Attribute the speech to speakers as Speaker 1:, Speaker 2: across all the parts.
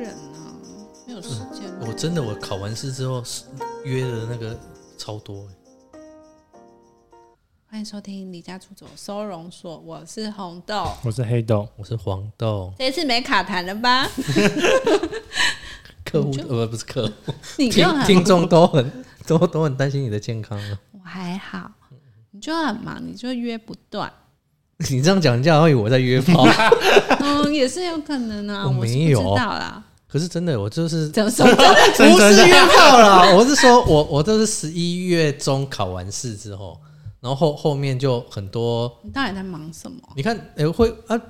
Speaker 1: 啊
Speaker 2: 哦真嗯的我考完试之后约的那个超多欸、
Speaker 1: 欢迎收听离家出走收容所，我是红豆。
Speaker 3: 我是黑豆，
Speaker 2: 我是黄豆
Speaker 1: 这一次没卡痰了吧？
Speaker 2: 客户，呃，不是客户，
Speaker 1: 你就
Speaker 2: 听
Speaker 1: 很
Speaker 2: 听众都很都都很担心你的健康啊。
Speaker 1: 我还好，你就很忙，你就约不断。
Speaker 2: 你这样讲，人家会以为我在约炮。
Speaker 1: 嗯，也是有可能啊，
Speaker 2: 我
Speaker 1: 我是不知
Speaker 2: 没有
Speaker 1: 道啦。
Speaker 2: 可是真的，我就是
Speaker 1: 怎么 啊说？真的
Speaker 2: 不是约炮 啦，我是说我我这是十一月中考完试之后，然后后后面就很多，
Speaker 1: 你到底在忙什么？
Speaker 2: 你看，哎、会啊，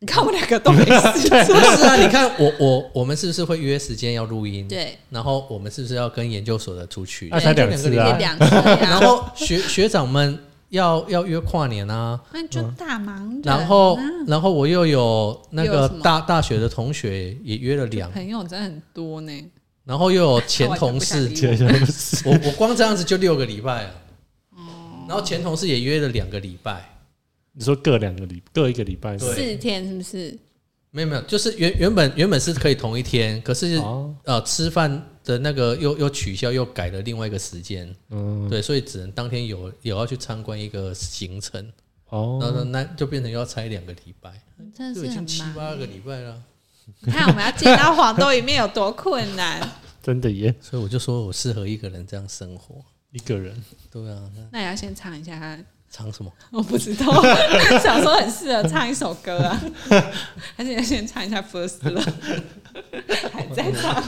Speaker 1: 你看我们两个都没 事
Speaker 2: 不
Speaker 1: 做。
Speaker 2: 是啊，你看我我我们是不是会约时间要录音？
Speaker 1: 对，
Speaker 2: 然后我们是不是要跟研究所的出去？
Speaker 3: 那才两次啊
Speaker 1: 一两次啊，
Speaker 2: 然后学 学长们要要约跨年啊，
Speaker 1: 那你就大忙人啊。
Speaker 2: 然后然后我又有那
Speaker 1: 又有
Speaker 2: 个
Speaker 1: 什么
Speaker 2: 大大学的同学也约了两，
Speaker 1: 朋友真的很多呢。
Speaker 2: 然后又有前 同
Speaker 1: 我
Speaker 2: 事
Speaker 1: 完全不想理，哦
Speaker 3: 这就是
Speaker 2: 我我光这样子就六个礼拜啊，然后前同事也约了两个礼拜，
Speaker 3: 你说各两个礼，各一个礼拜
Speaker 2: 对
Speaker 3: 是
Speaker 1: 四天是不是？
Speaker 2: 没有没有，就是原原本原本是可以同一天，可是
Speaker 3: 哦，
Speaker 2: 呃吃饭的那个又又取消，又改了另外一个时间，
Speaker 3: 嗯，
Speaker 2: 对，所以只能当天有有要去参观一个行程，然后
Speaker 3: 哦，
Speaker 2: 那就变成要拆两个礼拜。
Speaker 1: 你真的
Speaker 2: 就是已经
Speaker 1: 很
Speaker 2: 七八
Speaker 1: 忙。欸
Speaker 2: 个礼拜了，
Speaker 1: 你看我们要见到黄豆一面有多困难。
Speaker 3: 真的耶，
Speaker 2: 所以我就说我适合一个人这样生活。
Speaker 3: 一个人
Speaker 2: 对啊，那
Speaker 1: 那也要先唱一下，
Speaker 2: 唱什么？
Speaker 1: 我不知道， 想说很适合唱一首歌啊， 还是要先唱一下 First Love，还在唱，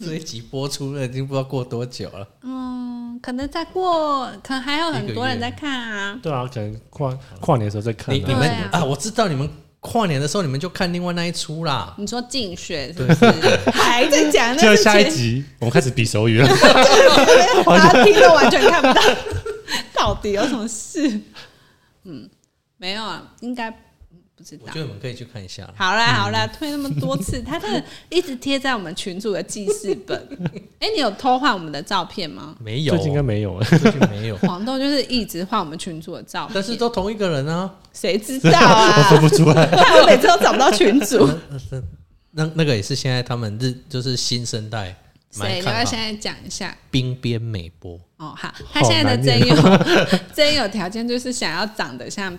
Speaker 2: 这一集播出了，已经不知道过多久了。
Speaker 1: 嗯，可能再过，可能还有很多人在看啊，
Speaker 3: 对啊，可能跨跨年的时候再看
Speaker 2: 你
Speaker 3: 啊，
Speaker 2: 你们
Speaker 1: 对啊
Speaker 2: 啊，我知道你们跨年的时候你们就看另外那一出啦。
Speaker 1: 你说竞选是不是？还在讲那
Speaker 3: 就
Speaker 1: 个
Speaker 3: 下一
Speaker 1: 全，
Speaker 3: 集我们开始比手语了，
Speaker 1: 大家听得完全看不到， 到底有什么事？嗯，没有啊，应该不知
Speaker 2: 我
Speaker 1: 道
Speaker 2: 觉。得你们可以去看一下啦。
Speaker 1: 好啦好啦，推那么多次，他真的一直贴在我们群组的记事本。 哎、你有偷换我们的照片吗？，
Speaker 2: 没有，
Speaker 3: 最近应 该
Speaker 2: 最
Speaker 3: 没 有了，
Speaker 2: 近没有
Speaker 1: 黄豆就是一直换我们群组的照片，
Speaker 2: 但是都同一个人啊。
Speaker 1: 谁知道啊
Speaker 3: 我？ 说不出来，
Speaker 1: 害我每次都找不到群组。
Speaker 2: 那那个也是现在他们日就是新生代 蛮
Speaker 1: 谁？你要
Speaker 2: 看啊
Speaker 1: 现
Speaker 2: 好。
Speaker 1: 在讲一下
Speaker 2: 冰边美波，
Speaker 1: 哦。好，他现在的真有 真有条件就是想要长得像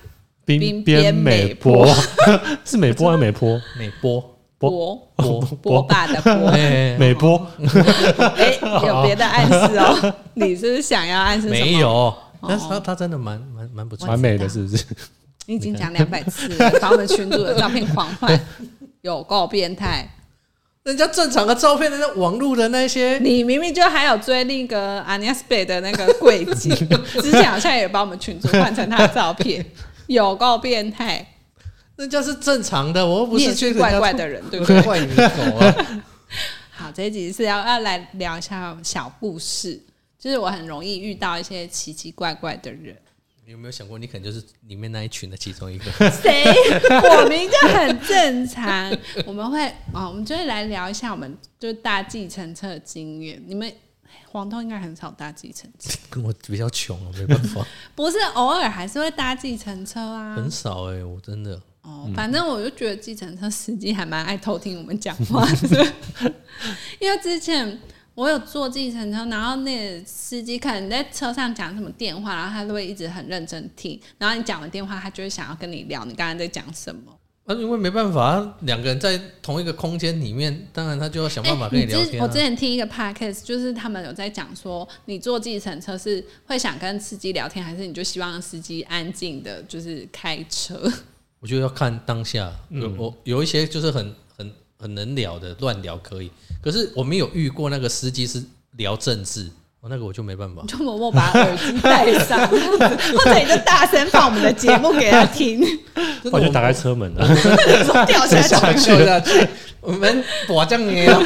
Speaker 1: 冰
Speaker 3: 冰
Speaker 1: 边
Speaker 3: 边
Speaker 1: 美
Speaker 3: 美
Speaker 1: 波
Speaker 3: 波 是美波还是美波？
Speaker 2: 美波，
Speaker 1: 波
Speaker 2: 波
Speaker 1: 波霸的波。
Speaker 2: 哎，
Speaker 3: 美波
Speaker 1: 哎、有别的暗示 哦？你是不是想要暗示什么？哦
Speaker 2: 没，有，但是他他真的蛮蛮蛮不错的
Speaker 3: 蛮。美的，是不是？
Speaker 1: 你已经讲两百次了，把我们群主的照片狂 换，有够变态！
Speaker 2: 人家正常的照片，人家网络的那些，
Speaker 1: 你明明就还有追那个 Anya Spade 的那个柜姐，之前好像也把我们群主换成她的照片，有够变态！
Speaker 2: 人家是正常的，我又不
Speaker 1: 你也
Speaker 2: 是
Speaker 1: 是
Speaker 2: 去
Speaker 1: 怪怪的人，对不对？
Speaker 2: 对？怪你狗啊！
Speaker 1: 好，这一集是要要来聊一下小故事，就是我很容易遇到一些奇奇怪怪的人。
Speaker 2: 你有没有想过，你可能就是里面那一群的其中一 个？
Speaker 1: 谁？ 我明就很正常。我们会啊、我们就会来聊一下我们就是搭计程车的经验。你们黄豆应该很少搭计程车，
Speaker 2: 我比较穷，我没办 法，
Speaker 1: 不是偶尔还是会搭计程车啊。
Speaker 2: 很少哎、我真的。
Speaker 1: 哦，反正我就觉得计程车司机还蛮爱偷听我们讲话 的，因为之前我有坐计程车，然后那个司机可能在车上讲什么电话，然后他都会一直很认真听，然后你讲完电话，他就会想要跟你聊你刚刚在讲什么。
Speaker 2: 那、啊因为没办法，两个人在同一个空间里面，当然他就要想办法跟
Speaker 1: 欸
Speaker 2: 你聊
Speaker 1: 之
Speaker 2: 天、
Speaker 1: 我
Speaker 2: 啊
Speaker 1: 之前听一个 podcast，就是他们有在讲说，你坐计程车是会想跟司机聊天，还是你就希望司机安静的，就是开车？
Speaker 2: 我觉得要看当下，有我有一些就是很很很能聊的，乱聊可以。可是我没有遇过那个司机是聊政治，哦我那个我就没办法。
Speaker 1: 就默默把耳机戴上， 或者你就大声放我们的节目给他听，
Speaker 2: 真的
Speaker 3: 我就
Speaker 2: 我
Speaker 3: 打开车门啊了，
Speaker 1: 说掉下去。
Speaker 2: 想去下去，我们我酱你啊！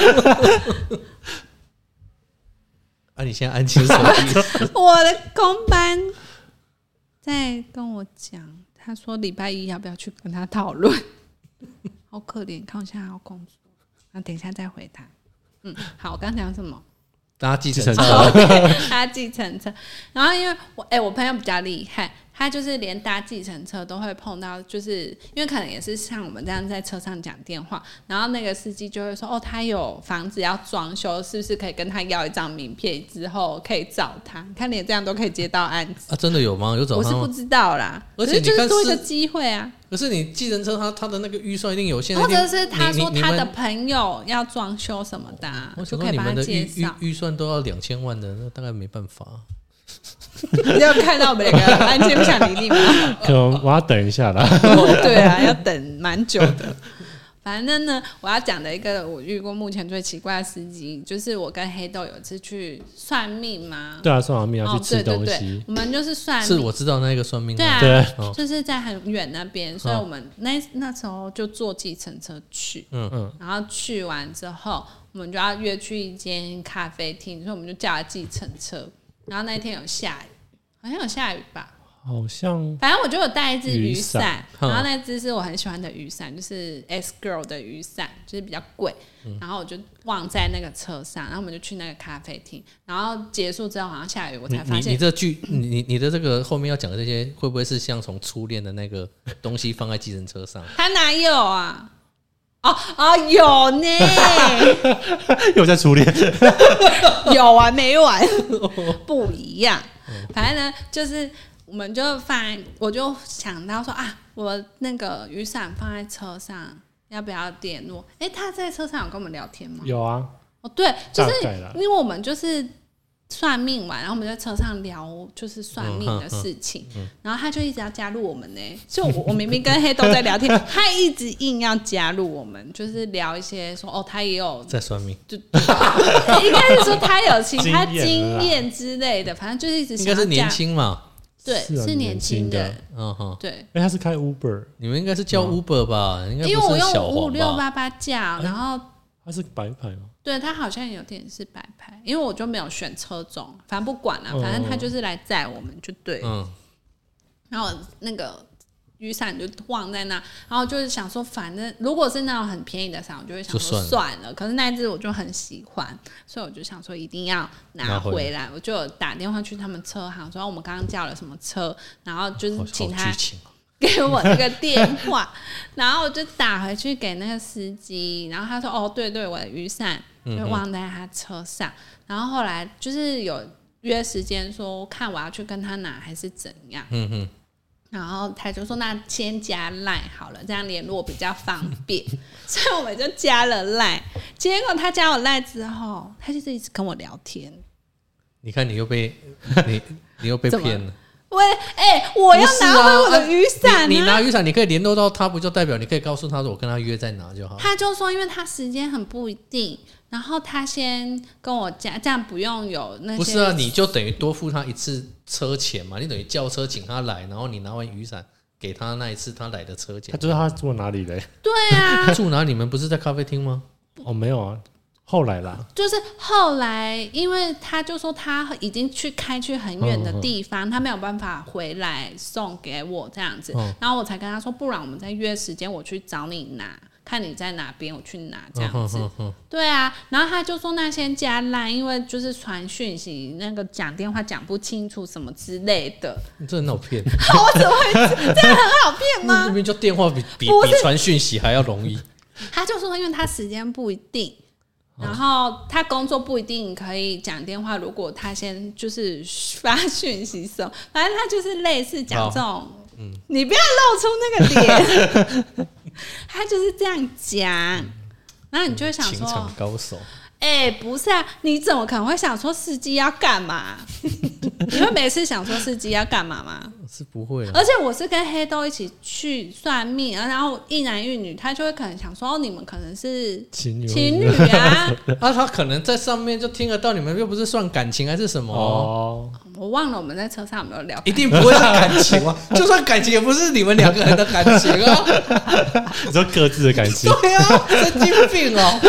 Speaker 2: 啊，你现在安静什么？
Speaker 1: 我的公班在跟我讲，他说礼拜一要不要去跟他讨论？好可怜，看我现在还要工作，那等一下再回他。嗯，好，我刚讲什么？
Speaker 2: 搭计程车
Speaker 3: 计程车
Speaker 1: 他计程车。然后因为我哎、我朋友比较厉害，他就是连搭计程车都会碰到，就是因为可能也是像我们这样在车上讲电话，然后那个司机就会说：“哦，他有房子要装修，是不是可以跟他要一张名片，之后可以找他？”看连这样都可以接到案子，
Speaker 2: 啊，真的有吗？有找
Speaker 1: 我
Speaker 2: 他
Speaker 1: 是不
Speaker 2: 吗？
Speaker 1: 知道啦。
Speaker 2: 而
Speaker 1: 可
Speaker 2: 且
Speaker 1: 是就
Speaker 2: 你
Speaker 1: 是
Speaker 2: 看
Speaker 1: 多一个
Speaker 2: 是
Speaker 1: 机会啊，
Speaker 2: 可是你计程车他他的那个预算一定有限，
Speaker 1: 或
Speaker 2: 一
Speaker 1: 者
Speaker 2: 定
Speaker 1: 是他
Speaker 2: 你你
Speaker 1: 说
Speaker 2: 你
Speaker 1: 他的
Speaker 2: 们
Speaker 1: 朋友要装修什么的啊、
Speaker 2: 我
Speaker 1: 就
Speaker 2: 想
Speaker 1: 可
Speaker 2: 说
Speaker 1: 以
Speaker 2: 你
Speaker 1: 帮
Speaker 2: 们
Speaker 1: 他
Speaker 2: 的
Speaker 1: 介
Speaker 2: 预
Speaker 1: 绍。
Speaker 2: 预预算都要两千万的，那大概没办法。
Speaker 1: 你有看到我们两个安静不想理你吗？
Speaker 3: 可能我要等一下啦。
Speaker 1: 对 啊，要等蛮久的。反正呢，我要讲的一个我遇过目前最奇怪的司机，就是我跟黑豆有一次去算命嘛。
Speaker 3: 对啊，算完命要
Speaker 1: 哦，
Speaker 3: 去
Speaker 1: 对
Speaker 3: 吃
Speaker 1: 对
Speaker 3: 东
Speaker 1: 对
Speaker 3: 西，，
Speaker 1: 我们就是算
Speaker 2: 是
Speaker 1: 命。
Speaker 2: 我知道那个算命
Speaker 1: 对
Speaker 2: 的，
Speaker 1: 啊，
Speaker 3: 对
Speaker 2: 哦
Speaker 1: 就是在很远那边，所以
Speaker 3: 嗯
Speaker 2: 哦
Speaker 1: 我们那那时候就坐计程车去，
Speaker 2: 嗯
Speaker 3: 嗯
Speaker 1: 然后去完之后，我们就要约去一间咖啡厅，所以我们就叫了计程车。然后那天有下雨，好像有下雨吧，
Speaker 3: 好像
Speaker 1: 反正我就有带一只雨伞，
Speaker 3: 雨
Speaker 2: 嗯
Speaker 1: 然后那只是我很喜欢的雨伞，就是 S Girl 的雨伞，就是比较贵。
Speaker 2: 嗯
Speaker 1: 然后我就忘在那个车上，然后我们就去那个咖啡厅。然后结束之后好像下雨，我
Speaker 2: 你
Speaker 1: 才发
Speaker 2: 你你
Speaker 1: 现
Speaker 2: 这句你你你的这个后面要讲的这些，会不会是像从初恋的那个东西放在计程车上？
Speaker 1: 他哪有啊？哦哦，有 呢，
Speaker 3: 又在初恋，
Speaker 1: 有完没完？ 不一样。
Speaker 2: 嗯
Speaker 1: 反正呢，就是我们就放在，我就想到说啊，我那个雨伞放在车上，要不要联络？哎、他在车上有跟我们聊天吗？
Speaker 3: 有啊，
Speaker 1: 哦，对，就
Speaker 3: 大
Speaker 1: 是
Speaker 3: 概啦
Speaker 1: 因为我们就是算命完，然后我们在车上聊就是算命
Speaker 2: 嗯
Speaker 1: 的事情，然后他就一直要加入我们呢、就我我明明跟黑豆在聊天，他一直硬要加入我们，就是聊一些说哦，他也有，
Speaker 2: 在算命，
Speaker 1: 就应该是说他有其他
Speaker 3: 经验了
Speaker 1: 经
Speaker 3: 啦
Speaker 1: 验之类 的，反正就是一直想
Speaker 2: 应该
Speaker 1: 要
Speaker 2: 是
Speaker 1: 加
Speaker 2: 年，轻嘛，
Speaker 1: 对，
Speaker 3: 是啊
Speaker 1: 是年轻
Speaker 3: 年轻的
Speaker 1: 的，
Speaker 2: 嗯哼，
Speaker 1: 对。
Speaker 3: 哎，他是开 Uber，
Speaker 2: 你们应该是叫 Uber 吧？应该
Speaker 1: 嗯因为
Speaker 2: 不
Speaker 1: 我
Speaker 2: 是
Speaker 1: 用
Speaker 2: 小
Speaker 1: 五五
Speaker 2: 黄
Speaker 1: 六
Speaker 2: 吧？
Speaker 1: 八八架，然后
Speaker 3: 他是白牌吗？
Speaker 1: 对他好像有点是白牌，因为我就没有选车种，反正不管了、
Speaker 3: 嗯
Speaker 1: 反
Speaker 2: 哦
Speaker 1: 正他就是来载我们就对。
Speaker 2: 嗯，
Speaker 1: 然后那个雨伞就忘在那，然后就是想说，反正如果是那种很便宜的伞，我就会想
Speaker 2: 就
Speaker 1: 说
Speaker 2: 算了
Speaker 1: 算了。可是那一只我就很喜欢，所以我就想说一定要拿
Speaker 2: 拿回
Speaker 1: 回来。我就有打电话去他们车行说，我们刚刚叫了什么车，然后就
Speaker 2: 好
Speaker 1: 是请
Speaker 2: 好
Speaker 1: 他
Speaker 2: 剧情哦，
Speaker 1: 给我那个电话， 然后我就打回去给那个司机，然后他说：“哦，对对，我的雨伞
Speaker 2: 嗯
Speaker 1: 就忘在他车上。然后后来就是有约时间说，看我要去跟他拿还是怎样。
Speaker 2: 嗯嗯，
Speaker 1: 然后他就说：“那先加赖好了，这样联络比较方便。” 所以我们就加了赖。结果他加我赖之后，他就是一直跟我聊天。
Speaker 2: 你看你又被 你你又被
Speaker 1: 怎么
Speaker 2: 骗了。
Speaker 1: 喂，哎、我要
Speaker 2: 不是
Speaker 1: 拿
Speaker 2: 啊
Speaker 1: 回我的雨伞、啊
Speaker 2: 你你拿雨伞，你可以联络到他，不就代表你可以告诉他说我跟他约在哪就好。
Speaker 1: 他就说，因为他时间很不一定，然后他先跟我讲，这样不用有那些。
Speaker 2: 不是啊，你就等于多付他一次车钱嘛，你等于叫车请他来，然后你拿完雨伞给他那一次他来的车
Speaker 3: 他
Speaker 2: 钱。
Speaker 3: 知道他住哪里嘞？
Speaker 1: 对啊，
Speaker 2: 住哪？你们不是在咖啡厅吗？
Speaker 3: 哦，没有啊，后来啦，
Speaker 1: 就是后来，因为他就说他已经去开去很远的地方，他没有办法回来送给我这样子，
Speaker 2: 嗯
Speaker 1: 然后我才跟他说，不然我们再约时间，我去找你拿，看你在哪边，我去拿这样子。
Speaker 2: 嗯哼哼
Speaker 1: 对啊，然后他就说那先加烂，因为就是传讯息那个讲电话讲不清楚什么之类的，
Speaker 2: 哼你这很好骗，
Speaker 1: 我怎么会这样很好骗吗？
Speaker 2: 那边就电话比比
Speaker 1: 不是
Speaker 2: 比传讯息还要容易。
Speaker 1: 他就说，因为他时间不一定，然后他工作不一定可以讲电话。如果他先就是发讯息什么， 反正他就是类似讲这种，你不要露出那个脸，他就是这样讲。然后你就会想
Speaker 2: 情
Speaker 1: 说，
Speaker 2: 场高手，
Speaker 1: 哎、不是啊，你怎么可能会想说司机要干嘛？你会每次想说司机要干嘛吗？
Speaker 2: 是不会啊啦。
Speaker 1: 而且我是跟黑豆一起去算命，然后一男一女，他就会可能想说，哦，你们可能是
Speaker 3: 情侣
Speaker 1: 情侣啊，
Speaker 2: 啊，他可能在上面就听得到你们又不是算感情还是什么，
Speaker 3: 哦，
Speaker 1: 我忘了我们在车上有没有聊。
Speaker 2: 一定不会是感情 啊。就算感情也不是你们两个人的感情啊。
Speaker 3: 你说各自的感情，
Speaker 2: 对啊，神经病哦。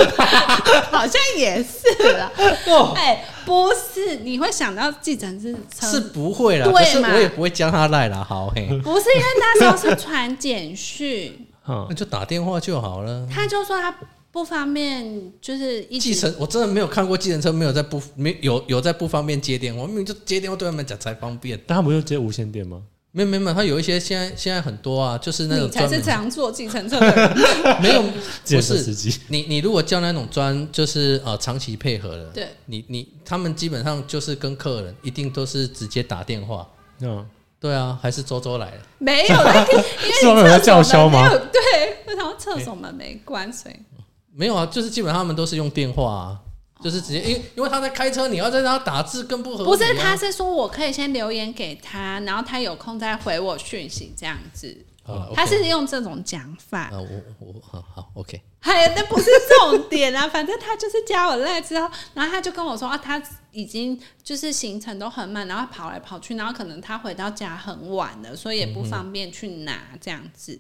Speaker 1: 好像也是啦。
Speaker 2: 哦
Speaker 1: 哎、不是，你会想到计程是车，
Speaker 2: 是不会啦，
Speaker 1: 对
Speaker 2: 可是
Speaker 1: 嘛
Speaker 2: 我也不会加他赖啦。好嘿，
Speaker 1: 不是因为那时候是传简 讯，
Speaker 3: 嗯
Speaker 2: 那，就打电话就好了。
Speaker 1: 他就说他不方便，就是一
Speaker 2: 计
Speaker 1: 起
Speaker 2: 程我真的没有看过计程车没有在不没有有在不方便接电话，明明就接电话对他们讲才方便。
Speaker 3: 但他不就接无线电吗？
Speaker 2: 没有没有没有，他有一些现在现在很多啊，就是那
Speaker 1: 你
Speaker 2: 种
Speaker 1: 才
Speaker 2: 专
Speaker 1: 是
Speaker 2: 门
Speaker 1: 常坐计程车的人，
Speaker 2: 没有
Speaker 3: 健
Speaker 2: 不
Speaker 3: 身
Speaker 2: 是
Speaker 3: 司机
Speaker 2: 你你如果叫那种专就是呃长期配合的，
Speaker 1: 对，
Speaker 2: 你你他们基本上就是跟客人一定都是直接打电话，
Speaker 3: 嗯，
Speaker 2: 对啊，还是周周来了，
Speaker 1: 没有在 听，因为
Speaker 3: 是有人在叫嚣吗
Speaker 1: 你厕所门没有？对，我想说厕所门没关，所以
Speaker 2: 没有啊，就是基本上他们都是用电话啊，就是直接因为因为他在开车，你要在他打字更不合理啊、
Speaker 1: 不是，他是说我可以先留言给他，然后他有空再回我讯息这样子。
Speaker 2: 啊
Speaker 1: 他是用这种讲法，
Speaker 2: 啊，我我好好 OK，
Speaker 1: 哎，那不是重点啊， 反正他就是加我赖之后，然后他就跟我说啊，他已经就是行程都很满，然后跑来跑去，然后可能他回到家很晚了，所以也不方便去拿这样子。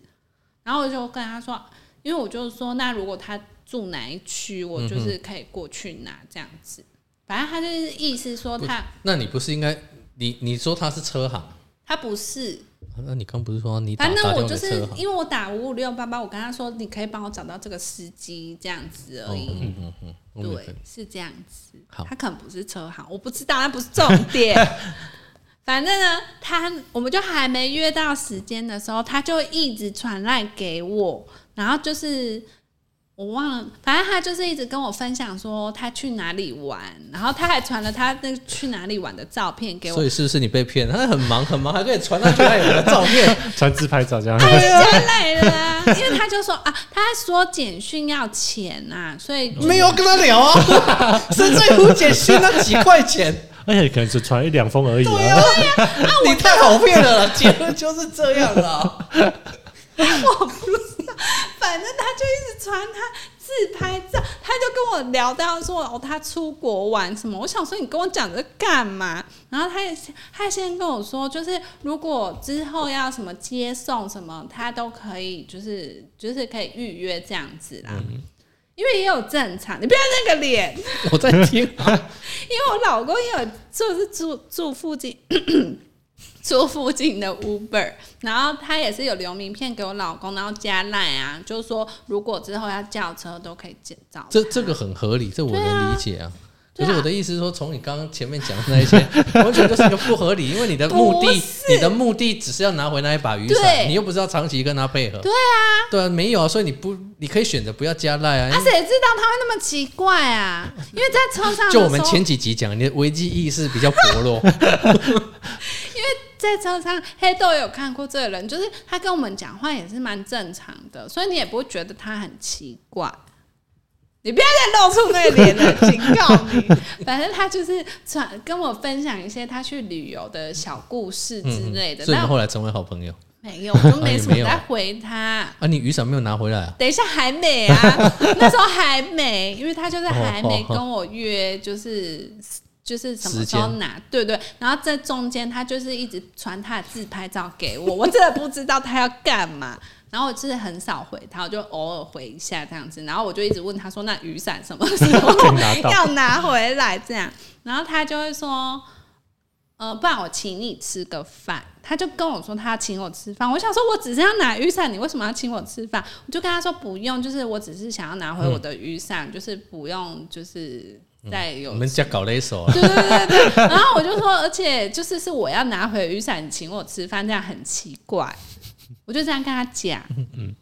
Speaker 1: 然后我就跟他说，因为我就说，那如果他住哪一区，我就是可以过去拿这样子。反正他就是意思说他
Speaker 2: 那你不是应该你你说他是车行，啊
Speaker 1: 他不是，
Speaker 2: 那你刚不是说你打
Speaker 1: 反正
Speaker 2: 打
Speaker 1: 我
Speaker 2: 电话
Speaker 1: 就
Speaker 2: 给
Speaker 1: 是
Speaker 2: 车行？
Speaker 1: 因为我打五五六八八，我跟他说你可以帮我找到这个司机这样子而已。
Speaker 2: 嗯嗯嗯，我明白
Speaker 1: 对，是这样子。
Speaker 2: 好
Speaker 1: 他可能不是车行，我不知道，那不是重点。反正呢，他我们就还没约到时间的时候，他就一直传赖给我，然后就是我忘了，反正他就是一直跟我分享说他去哪里玩，然后他还传了他那个去哪里玩的照片给我
Speaker 2: 所。以是不是你被骗？他很忙很忙，还可以传到去他有的照片。
Speaker 3: 传自拍照这样，
Speaker 1: 哎呀，人家来了啊、因为他就说啊，他说简讯要钱啊，所以
Speaker 2: 没有跟他聊 啊，深圳湖简讯那几块钱，
Speaker 3: 而且可能只传一两封而已
Speaker 2: 对
Speaker 3: 啊
Speaker 2: 啊。，你太好骗了啦， 结论就是这样 啦。
Speaker 1: 我不知道，反正他就一直传他自拍照，他就跟我聊到说哦，他出国玩什么。我想说你跟我讲这干嘛？然后他也他先跟我说，就是如果之后要什么接送什么，他都可以，就是就是可以预约这样子啦。因为也有正常，你不要那个脸，因
Speaker 2: 我在听，
Speaker 1: 啊为我老公也有就是住住附近， 住附近的 Uber，然后他也是有留名片给我老公，然后加赖啊，就是说如果之后要叫车都可以见到。
Speaker 2: 这这个很合理，这我能理解啊。可
Speaker 1: 对啊啊
Speaker 2: 是我的意思是说，从你刚刚前面讲的那一些，完全就是一个不合理，因为你的目的
Speaker 1: 不，
Speaker 2: 你的目的只是要拿回那一把雨伞，
Speaker 1: 对
Speaker 2: 你又不是要长期跟他配合。
Speaker 1: 对
Speaker 2: 啊，对啊，没有啊，所以你不，你可以选择不要加赖啊。因
Speaker 1: 啊，
Speaker 2: 为
Speaker 1: 谁知道他会那么奇怪啊？因为在车上的时
Speaker 2: 就
Speaker 1: 候，
Speaker 2: 我们前几集讲，你的危机意识比较薄弱，
Speaker 1: 在车上，黑豆也有看过这个人，就是他跟我们讲话也是蛮正常的，所以你也不会觉得他很奇怪。你不要再露出那个脸了，警告你。反正他就是传跟我分享一些他去旅游的小故事之类的，
Speaker 2: 嗯所以
Speaker 1: 但
Speaker 2: 你们后来成为好朋友
Speaker 1: 没有，我都没什么
Speaker 2: 啊也没有
Speaker 1: 在回他。
Speaker 2: 啊。你雨伞没有拿回来啊？
Speaker 1: 等一下还没啊，那时候还没，因为他就是还没跟我约，就是就是什么时候
Speaker 2: 时
Speaker 1: 拿，对对。然后在中间他就是一直传他的自拍照给我，我真的不知道他要干嘛。 然后我就是很少回他，我就偶尔回一下这样子。然后我就一直问他说：“那雨伞什么时候
Speaker 3: 拿 到
Speaker 1: 要拿回来？”这样，然后他就会说：“呃，不然我请你吃个饭。”他就跟我说他请我吃饭，我想说我只是要拿雨伞，你为什么要请我吃饭？我就跟他说不用，就是我只是想要拿回我的雨伞，就是不用，就是再有。
Speaker 2: 我们家搞了一手 啊。
Speaker 1: 对对对对对，然后我就说，而且就是是我要拿回雨伞，你请我吃饭，这样很奇怪。我就这样跟他讲，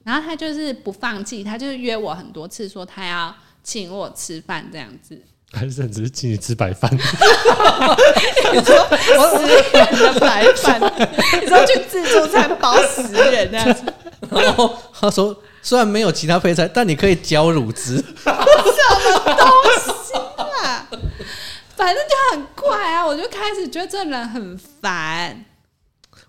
Speaker 1: 然后他就是不放弃，他就约我很多次说他要请我吃饭这样子。
Speaker 3: 还是只是请你吃白饭，
Speaker 1: 十元的白饭， 你说去自助餐包十元那样子，
Speaker 2: 然后他说，虽然没有其他配菜，但你可以浇乳汁。
Speaker 1: 啊 反正就很怪啊！我就开始觉得这人很烦，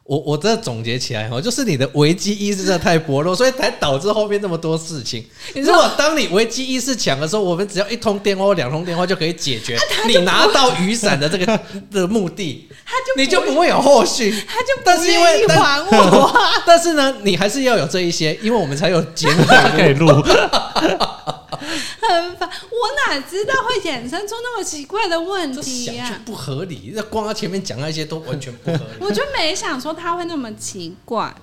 Speaker 2: 我我这总结起来哦，就是你的危机意识真的太薄弱，所以才导致后面那么多事情。
Speaker 1: 你
Speaker 2: 如
Speaker 1: 说
Speaker 2: 果当你危机意识强的时候，我们只要一通电话或两通电话就可以解
Speaker 1: 啊
Speaker 2: 决你拿到雨伞的 这个的目的，
Speaker 1: 他就
Speaker 2: 你就不会有后续。
Speaker 1: 他就
Speaker 2: 但是因为
Speaker 1: 不愿意还我 啊，
Speaker 2: 但是呢，你还是要有这一些，因为我们才有 节目。
Speaker 3: 可以录。
Speaker 1: 很烦。我哪知道会衍生出那么奇怪的问
Speaker 2: 这想
Speaker 1: 题
Speaker 2: 就
Speaker 1: 啊！
Speaker 2: 不合理，那光他前面讲那些都完全不合理。
Speaker 1: 我就没想说他会那么奇怪。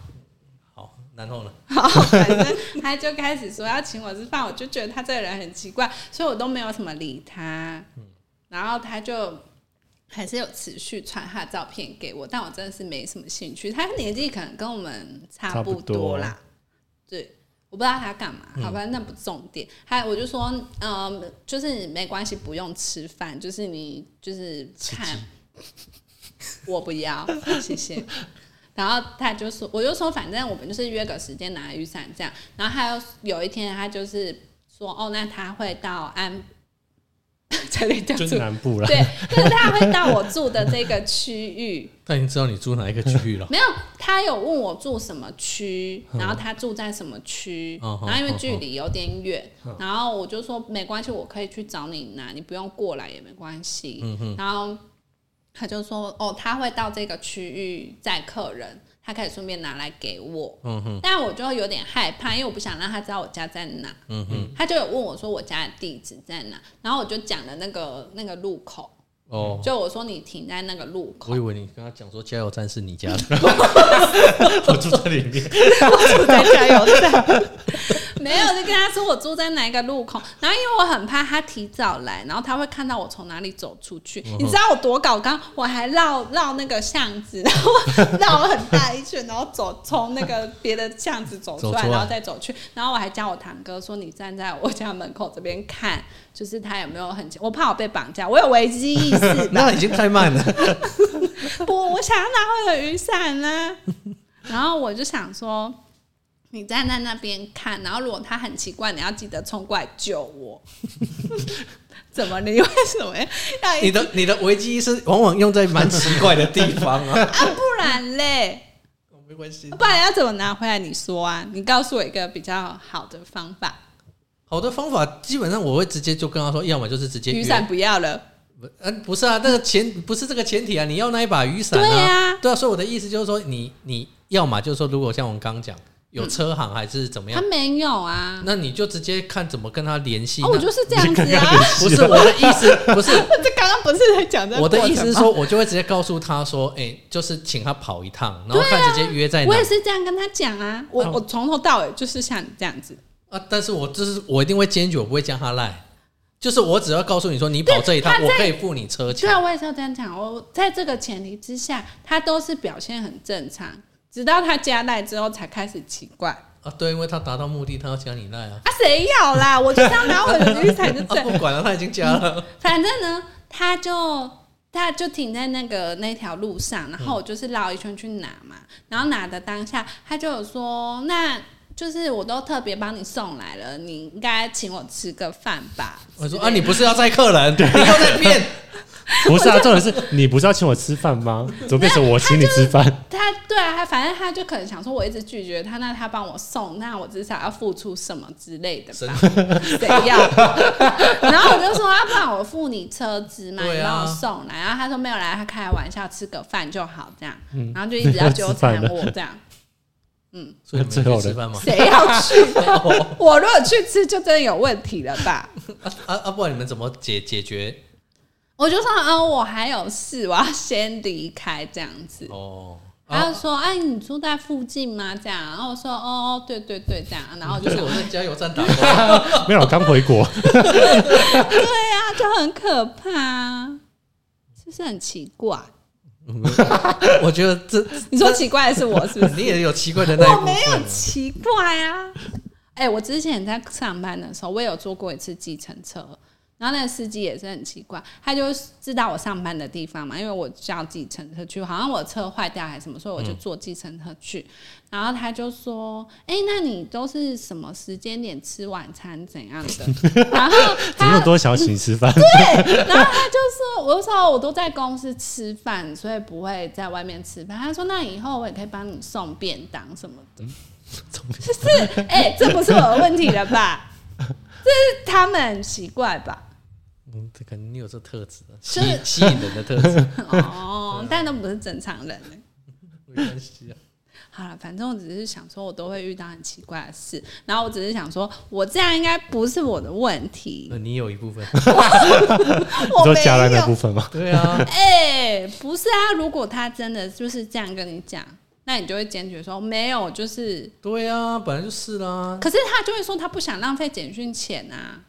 Speaker 2: 好，然后呢？
Speaker 1: 好，反正他就开始说要请我吃饭，我就觉得他这个人很奇怪，所以我都没有什么理他。然后他就还是有持续传他的照片给我，但我真的是没什么兴趣。他年纪可能跟我们差不多嗯啦，对，我不知道他干嘛，好吧，那不重点。还有我就说，嗯，就是没关系，不用吃饭，就是你就是看，我不要， 谢谢。然后他就说，我就说，反正我们就是约个时间拿雨伞这样。然后他又有一天，他就是说，哦，那他会到安， 差点讲
Speaker 3: 就
Speaker 1: 出
Speaker 3: 是南部啦，
Speaker 1: 对，就是他会到我住的这个区域。
Speaker 2: 他已经知道你住哪一个区域 了。
Speaker 1: 没有，他有问我住什么区，然后他住在什么区，
Speaker 2: 嗯
Speaker 1: 然后因为
Speaker 2: 嗯
Speaker 1: 距离有点远，然后我就说没关系，我可以去找你拿，你不用过来也没关系。
Speaker 2: 嗯
Speaker 1: 然后他就说哦，他会到这个区域载客人，他可以顺便拿来给我。
Speaker 2: 嗯哼，
Speaker 1: 但我就有点害怕，因为我不想让他知道我家在哪。
Speaker 2: 嗯
Speaker 1: 他就有问我说我家的地址在哪，然后我就讲了那个那个路口，
Speaker 2: 哦，
Speaker 1: 就我说你停在那个路口
Speaker 2: 我以。为你跟他讲说加油站是你家的，
Speaker 3: 我住在里面，
Speaker 1: 住在加油站， 没有就跟他说我住在哪一个路口，然后因为我很怕他提早来，然后他会看到我从哪里走出去，你知道我多搞刚，我还绕绕那个巷子，然后绕很大一圈，然后走从那个别的巷子走出
Speaker 2: 走
Speaker 1: 来，
Speaker 2: 出来
Speaker 1: 然后再走去，然后我还叫我堂哥说你站在我家门口这边看，就是他有没有很，我怕我被绑架，我有危机意识吧，
Speaker 2: 那已经太慢了。
Speaker 1: 不， 我想要拿我的雨伞呢、 然后我就想说，你站在那边看，然后如果他很奇怪，你要记得冲过来救我。 怎么你为什么要一
Speaker 2: 你的你的危机意识往往用在蛮奇怪的地方 啊。
Speaker 1: 啊？不然嘞，
Speaker 3: 哦
Speaker 2: 没关系，
Speaker 1: 不然要怎么拿回来？你说啊，你告诉我一个比较好的方法。
Speaker 2: 好的方法基本上我会直接就跟他说，要么就是直接
Speaker 1: 雨
Speaker 2: 约
Speaker 1: 伞不要了，
Speaker 2: 不，呃，不是啊，那个前不是这个前提啊，你要那一把雨伞、啊，
Speaker 1: 对啊
Speaker 2: 对啊，所以我的意思就是说你，你要嘛就是说，如果像我们刚刚讲，有车行还是怎么
Speaker 1: 他
Speaker 2: 样，
Speaker 1: 没有啊。
Speaker 2: 那你就直接看怎么跟他联系。
Speaker 1: 哦，我就是这样子
Speaker 3: 你刚
Speaker 1: 啊
Speaker 3: 刚。
Speaker 2: 那不是我的意思， 不是
Speaker 1: 这刚刚不是在讲这个
Speaker 2: 我的
Speaker 1: 过
Speaker 2: 意
Speaker 1: 程
Speaker 2: 思是
Speaker 1: 吗
Speaker 2: 说，我就会直接告诉他说，哎、就是请他跑一趟，然后看直接约在哪
Speaker 1: 啊
Speaker 2: 哦
Speaker 1: 我也是这样跟他讲啊。我我从头到尾就是像你这样子。
Speaker 2: 啊。但是我就是我一定会坚决，我不会加他赖，就是我只要告诉你说，你跑这一趟，
Speaker 1: 对他
Speaker 2: 我
Speaker 1: 在
Speaker 2: 可以付你车
Speaker 1: 虽
Speaker 2: 钱。
Speaker 1: 啊然我也是要这样讲，我在这个前提之下，他都是表现很正常，直到他加赖之后才开始奇怪啊，
Speaker 2: 啊，对，因为他达到目的，他要加你赖啊。
Speaker 1: 谁要啦？我就这样拿我的雨伞就
Speaker 2: 啊，
Speaker 1: 这样，
Speaker 2: 不管了，他已经加了。
Speaker 1: 反正呢，他就他就停在那个那条路上，然后我就是绕一圈去拿嘛，然后拿的当下，他就有说，那就是我都特别帮你送来了，你应该请我吃个饭吧。
Speaker 2: 我说啊，你不是要载客人，你又在 变。
Speaker 3: 不是啊，重点是你不是要请我吃饭吗？怎么变成我请你吃饭？
Speaker 1: 他对啊，他反正他就可能想说，我一直拒绝他，那他帮我送，那我至少要付出什么之类的吧？谁要？ 然后我就说，啊要不然我付你车资嘛，
Speaker 2: 对
Speaker 1: 你
Speaker 2: 啊
Speaker 1: 帮我送来。然后他说没有来，他开玩笑，吃个饭就好这样。
Speaker 2: 嗯
Speaker 1: 然后就一直要纠缠我这样，
Speaker 2: 所以你们 去吃饭啊吗？
Speaker 1: 谁要去？我如果去吃，就真的有问题了吧？
Speaker 2: 啊啊啊！不然你们怎么解解决？
Speaker 1: 我就说，嗯，我还有事，我要先离开这样子。
Speaker 2: 哦，
Speaker 1: 他就
Speaker 2: 啊，
Speaker 1: 说：“哎，你住在附近吗？”这样，然后我说：“哦，对对对，这样。”然后我就
Speaker 2: 就
Speaker 1: 是想
Speaker 2: 我在加油站打工，
Speaker 3: 没有，我刚回国，
Speaker 1: 对啊，就很可怕、啊，是不是很奇怪？
Speaker 2: 我觉得这
Speaker 1: 你说奇怪的是我，是不是？
Speaker 2: 你也有奇怪的那一
Speaker 1: 我
Speaker 2: 部
Speaker 1: 没有
Speaker 2: 分。
Speaker 1: 奇怪啊。哎、我之前在上班的时候，我有坐过一次计程车，然后那个司机也是很奇怪，他就知道我上班的地方嘛，因为我叫计程车去，好像我车坏掉还是什么，所以我就坐计程车去。然后他就说：“哎、那你都是什么时间点吃晚餐怎样 的？”然后
Speaker 3: 怎么那
Speaker 1: 他
Speaker 3: 么多想要请你吃饭？
Speaker 1: 然后他就说，我就说我都在公司吃饭，所以不会在外面吃饭。他说那以后我也可以帮你送便当什么的。就是哎、这不是我的问题了吧？这是他们很奇怪吧？
Speaker 2: 嗯，这可能你有这特质，啊吸
Speaker 1: 就是
Speaker 2: 吸引人的特 质，
Speaker 1: 哦，但都不是正常人、欸。
Speaker 2: 没关系啊。
Speaker 1: 好了，反正我只是想说，我都会遇到很奇怪的事，然后我只是想说，我这样应该不是我的问题
Speaker 2: 那，你有一部分，
Speaker 1: 我
Speaker 3: 你说
Speaker 1: 没
Speaker 3: 加来那部
Speaker 1: 有。
Speaker 3: 分吗？
Speaker 2: 对啊，
Speaker 1: 哎、不是啊，如果他真的就是这样跟你讲，那你就会坚决说没有，就是
Speaker 2: 对啊，本来就是啦。
Speaker 1: 可是他就会说他不想浪费简讯钱啊，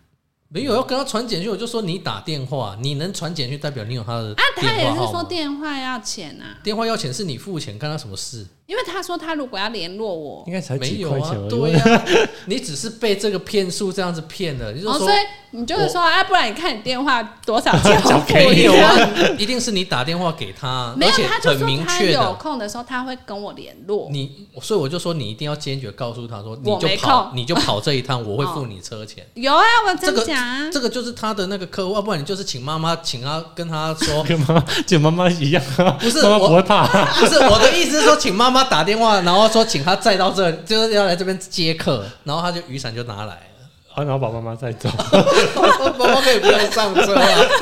Speaker 2: 没有要跟他传简讯，我就说你打电话，你能传简讯代表你有他的
Speaker 1: 啊，他也
Speaker 2: 电
Speaker 1: 是
Speaker 2: 话号
Speaker 1: 说
Speaker 2: 码。
Speaker 1: 电话要钱啊，
Speaker 2: 电话要钱是你付钱，干他什么事？
Speaker 1: 因为他说他如果要联络我，
Speaker 3: 应该才
Speaker 2: 没
Speaker 3: 几
Speaker 2: 有
Speaker 3: 块钱
Speaker 2: 啊
Speaker 3: 而，已。
Speaker 2: 对 啊，你只是被这个骗术这样子骗了，你就
Speaker 1: 哦，
Speaker 2: 是说
Speaker 1: 所以你就是说，啊，不然你看你电话多少钱
Speaker 3: 交
Speaker 1: 我付
Speaker 3: 给
Speaker 2: 没
Speaker 1: 你
Speaker 2: 有
Speaker 1: 啊
Speaker 2: 啊，一定是你打电话给 他，
Speaker 1: 没
Speaker 2: 而
Speaker 1: 有，
Speaker 2: 且
Speaker 1: 他就
Speaker 2: 很
Speaker 1: 说
Speaker 2: 明
Speaker 1: 他
Speaker 2: 确
Speaker 1: 有
Speaker 2: 的。
Speaker 1: 空的时候他会跟我联络。
Speaker 2: 你，所以我就说你一定要坚决告诉他说，你
Speaker 1: 我
Speaker 2: 就
Speaker 1: 没
Speaker 2: 跑，
Speaker 1: 空哦
Speaker 2: 你就跑这一趟，我会 付你车钱。
Speaker 1: 有啊，我
Speaker 2: 这个
Speaker 1: 真假啊？
Speaker 2: 这个就是他的那个客户，啊要不然你就是请妈妈，请他跟他 说，
Speaker 3: 跟妈妈就妈妈一样啊，
Speaker 2: 不是
Speaker 3: 妈妈
Speaker 2: 我
Speaker 3: 不会怕，
Speaker 2: 不是我的意思是说，请妈妈打电话，然后说请他载到这，就是要来这边接客，然后他就雨伞就拿来了。
Speaker 3: 啊然后把妈妈带走。
Speaker 2: 妈妈可以不用上车啊，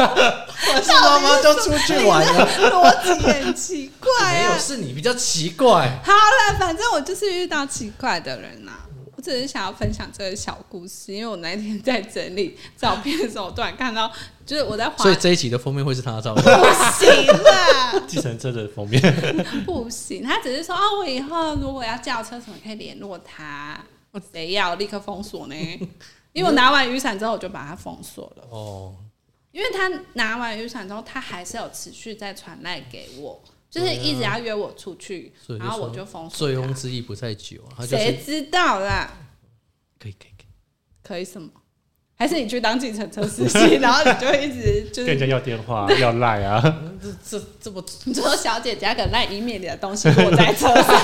Speaker 2: 但是妈妈就出去玩了。
Speaker 1: 逻辑很奇怪
Speaker 2: 没有，
Speaker 1: 啊。
Speaker 2: 是你比较奇怪。
Speaker 1: 好了，反正我就是遇到奇怪的人啦、我只是想要分享这个小故事，因为我那天在整理照片的时候，我突然看到，就是我在滑，
Speaker 2: 所以这一集的封面会是他的照片。
Speaker 1: 不行啦，
Speaker 3: 计程车的封面，
Speaker 1: 不行。他只是说，哦，我以后如果要叫车什么可以联络他。我谁要立刻封 锁呢？因为我拿完雨伞之后，我就把它封锁了。
Speaker 2: 哦，
Speaker 1: 因为他拿完雨伞之后，他还是有持续在传赖给我，就是一直要约我出去，
Speaker 2: 啊所以就
Speaker 1: 然后我
Speaker 2: 说哦
Speaker 1: 就封锁
Speaker 2: 醉
Speaker 1: 他。
Speaker 2: 翁之意不在酒，啊他就是
Speaker 1: 谁知道啦？
Speaker 2: 可以可以可以。
Speaker 1: 可以什么？还是你去当计程车司 机，然后你就一直就
Speaker 3: 跟人家
Speaker 1: 是
Speaker 3: 要电话要赖啊，
Speaker 2: 这这这么
Speaker 1: 你说小姐姐可能那以免你的东西落在车 上。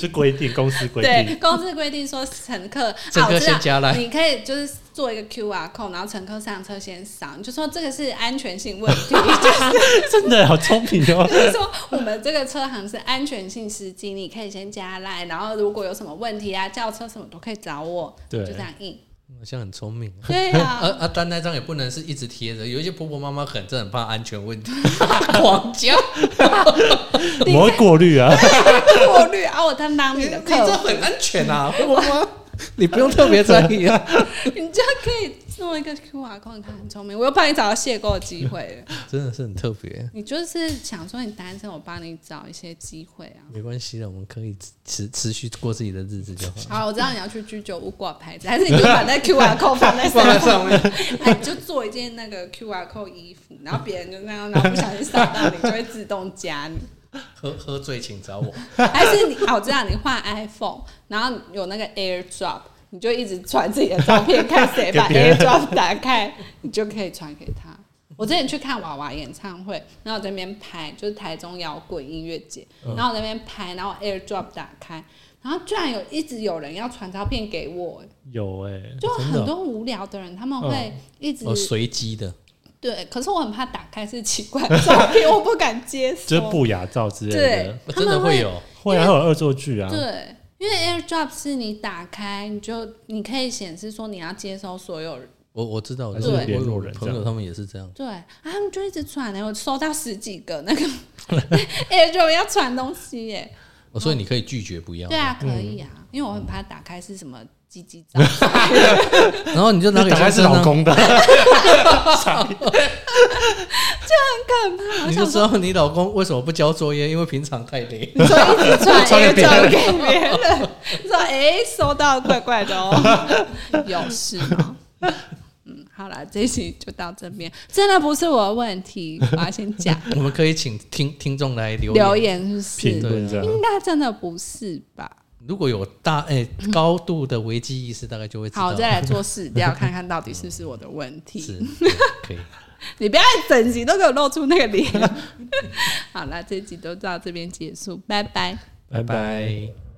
Speaker 3: 是规定公司规
Speaker 1: 对
Speaker 3: 定。，
Speaker 1: 公司规定说乘客，
Speaker 2: 乘
Speaker 1: 啊
Speaker 2: 客
Speaker 1: 我知道
Speaker 2: 先加来
Speaker 1: 你可以就是做一个 QR code，然后乘客上车先扫，你就说这个是安全性问题， 就是
Speaker 3: 真的好聪明哦
Speaker 1: 就！是说我们这个车行是安全性司机，你可以先加来，然后如果有什么问题啊，叫车什么都可以找我，
Speaker 3: 对
Speaker 1: 就这样印。
Speaker 2: 好像很聪明。
Speaker 1: 对
Speaker 2: 啊
Speaker 1: 啊，
Speaker 2: 啊！单那张也不能是一直贴着，有一些婆婆妈妈很真的很怕安全问题，狂叫。
Speaker 3: 怎么会过滤啊？
Speaker 1: 过滤啊，我担当
Speaker 2: 你
Speaker 1: 你
Speaker 2: 你
Speaker 1: 的客
Speaker 2: 这
Speaker 1: 户，
Speaker 2: 很安全啊， 婆婆妈妈，你不用特别在意啊。
Speaker 1: 你就可以弄一个 QR code，你看很聪明，我又帮你找到邂逅的机会 了。
Speaker 2: 真的是很特别。
Speaker 1: 你就是想说你单身，我帮你找一些机会啊。
Speaker 2: 没关系的，我们可以持持续过自己的日子就好。
Speaker 1: 好，我知道你要去居酒屋挂牌子，还是你就把那 QR code 放在
Speaker 2: 放在
Speaker 1: 上
Speaker 2: 上面，
Speaker 1: 面，哎你就做一件那个 QR code 衣服，然后别人就那样，然后不小心扫到你，就会自动加你。
Speaker 2: 喝喝醉请找我。
Speaker 1: 还是你，啊我知道你换 iPhone，然后有那个 AirDrop，你就一直传自己的照片，看谁把
Speaker 3: 给别人
Speaker 1: AirDrop 打开，你就可以传给他。我之前去看娃娃演唱会，然后我在那边拍，就是台中摇滚音乐节，
Speaker 3: 嗯
Speaker 1: 然后我在那边拍，然后 AirDrop 打开，然后居然有一直有人要传照片给我，
Speaker 3: 有哎、
Speaker 1: 就
Speaker 2: 真的哦
Speaker 1: 很多无聊的人，他们会
Speaker 3: 嗯
Speaker 1: 一直、
Speaker 2: 哦，随机的，
Speaker 1: 对，可是我很怕打开是奇怪的照 片，我不敢接受，
Speaker 3: 就是不雅照之类
Speaker 1: 对
Speaker 3: 的，
Speaker 2: 我
Speaker 1: 他
Speaker 2: 真的
Speaker 1: 们会
Speaker 2: 会有。
Speaker 3: 会啊，会有恶作剧啊。
Speaker 1: 对，因为 AirDrop 是你打开，你就你可以显示说你要接收所有人。
Speaker 2: 我我知道，我
Speaker 3: 还
Speaker 1: 是
Speaker 2: 知道
Speaker 3: 联络
Speaker 2: 我有
Speaker 3: 人
Speaker 2: 朋
Speaker 3: 这
Speaker 2: 友
Speaker 3: 样
Speaker 2: 他们也是这样。
Speaker 1: 对，啊，他们就一直传欸呢，我收到十几个 那个 AirDrop 要传东西耶。
Speaker 2: 哦所以你可以拒绝不要
Speaker 1: 对，啊，可以啊，因为我很怕打开是什么鸡鸡照，
Speaker 2: 然后你就拿
Speaker 3: 那
Speaker 2: 给
Speaker 3: 打
Speaker 2: 先
Speaker 3: 开是
Speaker 2: 生
Speaker 3: 老
Speaker 2: 啊，
Speaker 3: 公的，
Speaker 1: 很可怕。我
Speaker 2: 你就
Speaker 1: 想
Speaker 2: 知
Speaker 1: 说，
Speaker 2: 道你老公为什么不交作业，因为平常太累。
Speaker 1: 你说一直传
Speaker 3: 传给别
Speaker 1: AirDrop
Speaker 3: 人
Speaker 1: 给别人，你说哎、收到怪怪的 哦，有事吗？嗯，好了，这一集就到这边，真的不是我的问题，我要先 讲。
Speaker 2: 我们可以请听听众来留
Speaker 1: 留
Speaker 2: 言，
Speaker 1: 言是
Speaker 3: 评
Speaker 1: 不是？
Speaker 3: 论这样。
Speaker 1: 应该真的不是吧？
Speaker 2: 如果有大 哎、高度的危机意识，大概就会知道。
Speaker 1: 好，我再来做试调， 看看到底是不是我的问
Speaker 2: 是
Speaker 1: 题。
Speaker 2: 对可以。
Speaker 1: 你不要整集都给我露出那个 脸。好了，这集就到这边结束，拜拜。
Speaker 3: 拜拜。
Speaker 2: 拜